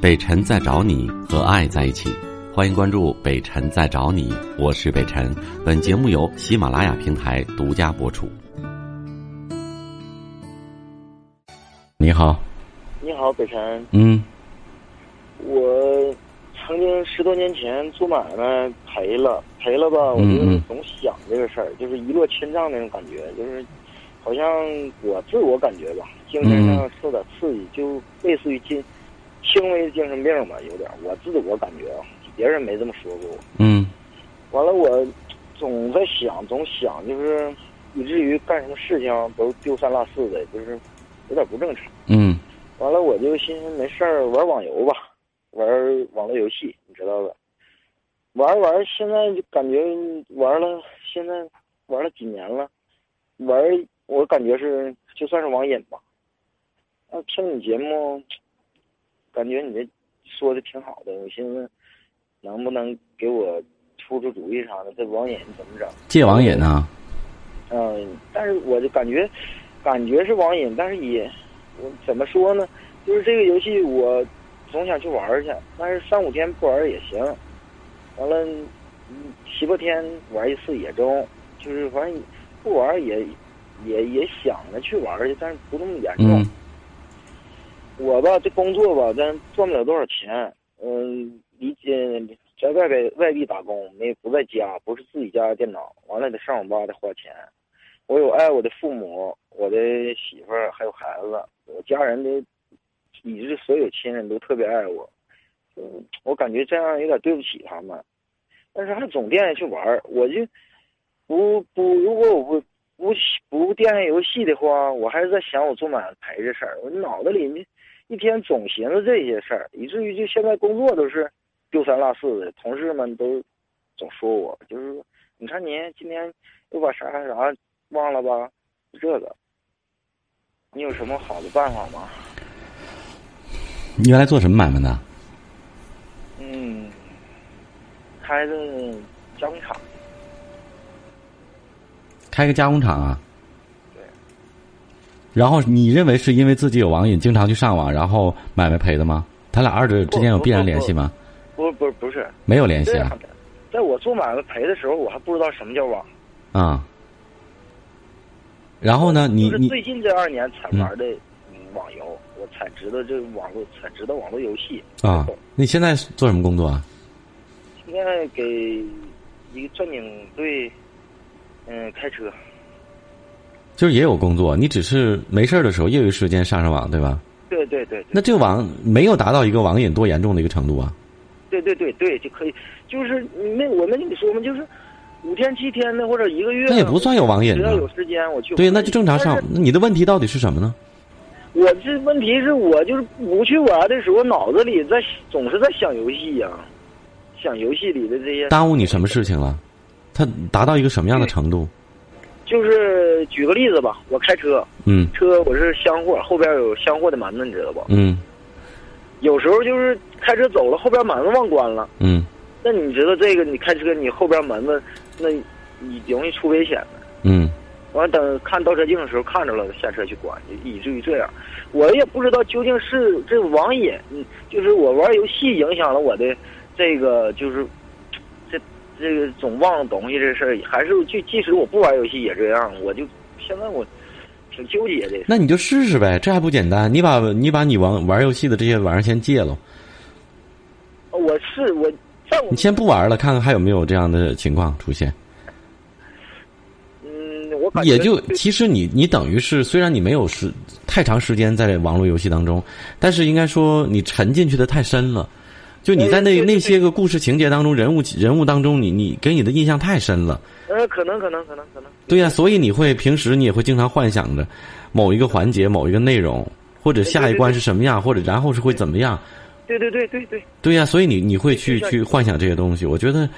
北辰在找你和爱在一起。欢迎关注北辰在找你，我是北辰。本节目由喜马拉雅平台独家播出。你好，你好，北辰，嗯我曾经十多年前做买卖赔了，赔了吧，我嗯就嗯总想这个事儿，就是一落千丈那种感觉，就是好像我自我感觉吧，精神上受点刺激，就类似于精轻微的精神病吧，有点儿，我自我感觉啊，别人没这么说过我。嗯完了，我总在想，总想，就是以至于干什么事情啊都丢三落四的，就是有点不正常。嗯完了，我就寻思没事儿玩网游吧，玩网络游戏，你知道吧？玩玩，现在就感觉玩了，现在玩了几年了，玩我感觉是就算是网瘾吧。啊，听你节目，感觉你这说的挺好的，我寻思能不能给我出出主意啥的，这网瘾怎么整？戒网瘾啊？嗯，但是我就感觉，感觉是网瘾，但是也，我怎么说呢？就是这个游戏我总想去玩儿去，但是三五天不玩儿也行，完了嗯七八天玩一次也中，就是反正不玩儿也也也想着去玩儿去，但是不那么严重。嗯我吧，这工作吧，咱赚不了多少钱。嗯，离嗯在外边外地打工，没不在家，不是自己家的电脑，完了得上网吧得花钱。我有爱我的父母，我的媳妇儿，还有孩子，我家人的，以及所有亲人都特别爱我。嗯，我感觉这样有点对不起他们，但是还总惦记去玩儿，我就不不，如果我不不不惦记游戏的话，我还是在想我做买卖赔这事儿，我脑子里面一天总寻思这些事儿，以至于就现在工作都是丢三落四的，同事们都总说我，就是说你看您今天又把啥啥啥忘了吧，就这个，你有什么好的办法吗？你原来做什么买卖的？嗯，开的加工厂，开个加工厂啊？对。然后你认为是因为自己有网瘾，经常去上网，然后买卖赔的吗？他俩二者之间有必然联系吗？不不不是没有联系这样啊的，在我做买卖赔的时候，我还不知道什么叫网。啊。然后呢？你就是你最近这二年才玩的嗯网游，我才知道这网络，才知道网络游戏啊，你现在做什么工作啊？现在给一个专警队，嗯、开车，就是也有工作，你只是没事儿的时候业余时间上上网，对吧？对对对对那这个网没有达到一个网瘾多严重的一个程度啊？对对对对就可以，就是那我没跟你说吗？就是五天七天的或者一个月的，那也不算有网瘾只啊要。有时间我去玩。对，那就正常上但。是那你的问题到底是什么呢？我这问题是我就是不去玩的时候，脑子里在总是在想游戏呀、想游戏里的这些。耽误你什么事情了？它达到一个什么样的程度？就是举个例子吧，我开车，嗯车我是箱货，后边有箱货的门子，你知道不？嗯有时候就是开车走了，后边门子忘关了，嗯那你知道这个，你开车你后边门子，那你容易出危险的。嗯完了，等看倒车镜的时候看着了，下车去关，以至于这样。我也不知道究竟是这网瘾，嗯就是我玩游戏影响了我的这个，就是这这个总忘东西这事儿，还是就即使我不玩游戏也这样。我就现在我挺纠结的。那你就试试呗，这还不简单？你把你把你玩玩游戏的这些玩意儿先戒了，我是我在我你先不玩了，看看还有没有这样的情况出现。嗯，我感觉也就其实你你等于是，虽然你没有时太长时间在网络游戏当中，但是应该说你沉进去的太深了。就你在那呃对对对那些个故事情节当中、人物人物当中，你你给你的印象太深了。呃，可能可能可能可能对呀、所以你会平时你也会经常幻想着某一个环节、某一个内容，或者下一关是什么样，或者然后是会怎么样。对对对对对，对呀、所以你你会去就像去幻想这些东西。我觉得，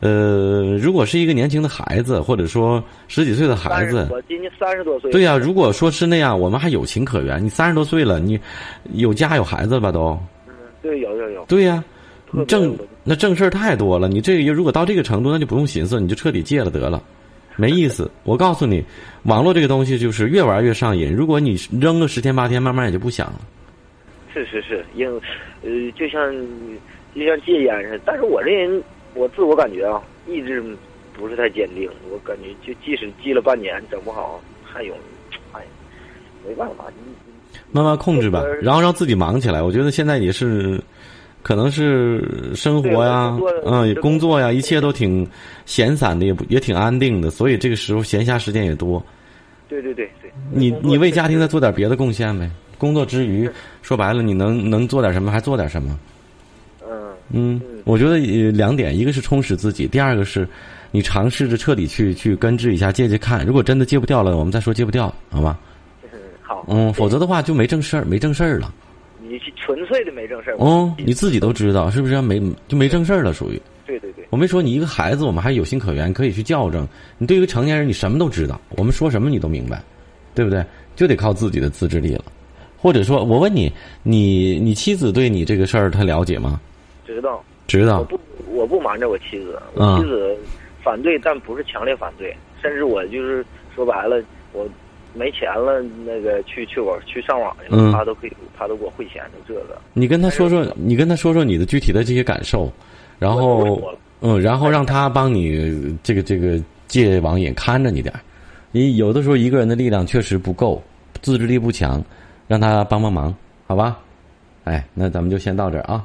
呃，如果是一个年轻的孩子，或者说十几岁的孩三子十，，我今年三十多岁，对呀、如果说是那样，我们还有情可原。你三十多岁了，你有家有孩子了吧都？嗯，对，有有有，对呀、特别正有那正事儿太多了。你这个如果到这个程度，那就不用寻思，你就彻底戒了得了，没意思。我告诉你，网络这个东西就是越玩越上瘾。如果你扔个十天八天，慢慢也就不想了。是是是，因为呃，就像就像戒烟似的。但是我这人，我自我感觉啊，意志不是太坚定。我感觉就即使戒了半年，整不好还有，哎，没办法，你慢慢控制吧这边，然后让自己忙起来。我觉得现在也是，可能是生活呀对我工，作嗯，也工作呀，一切都挺闲散的，也不也挺安定的，所以这个时候闲暇时间也多。对对对对。你工作你为确实家庭再做点别的贡献呗。工作之余是，说白了，你能能做点什么，还做点什么。嗯嗯嗯，我觉得呃两点，一个是充实自己，第二个是，你尝试着彻底去去根治一下，戒戒看。如果真的戒不掉了，我们再说戒不掉，好吧？嗯，好，嗯，否则的话就没正事儿，没正事儿了。你是纯粹的没正事儿。嗯，你自己都知道是不是？没就没正事儿了，属于。对对对，我没说你一个孩子，我们还有心可原，可以去校正。你对于一个成年人，你什么都知道，我们说什么你都明白，对不对？就得靠自己的自制力了。或者说，我问你，你你妻子对你这个事儿她了解吗？知道。知我道，不，我不瞒着我妻子，嗯我妻子反对，但不是强烈反对，甚至我就是说白了，我没钱了，那个去去网去上网去嗯了，她都可以，她都给我汇钱的这个。你跟她说说，你跟她说说你的具体的这些感受，然我后我我嗯，然后让她帮你这个这个戒网瘾，看着你点儿。你有的时候一个人的力量确实不够，自制力不强，让她帮帮忙，好吧？哎，那咱们就先到这儿啊。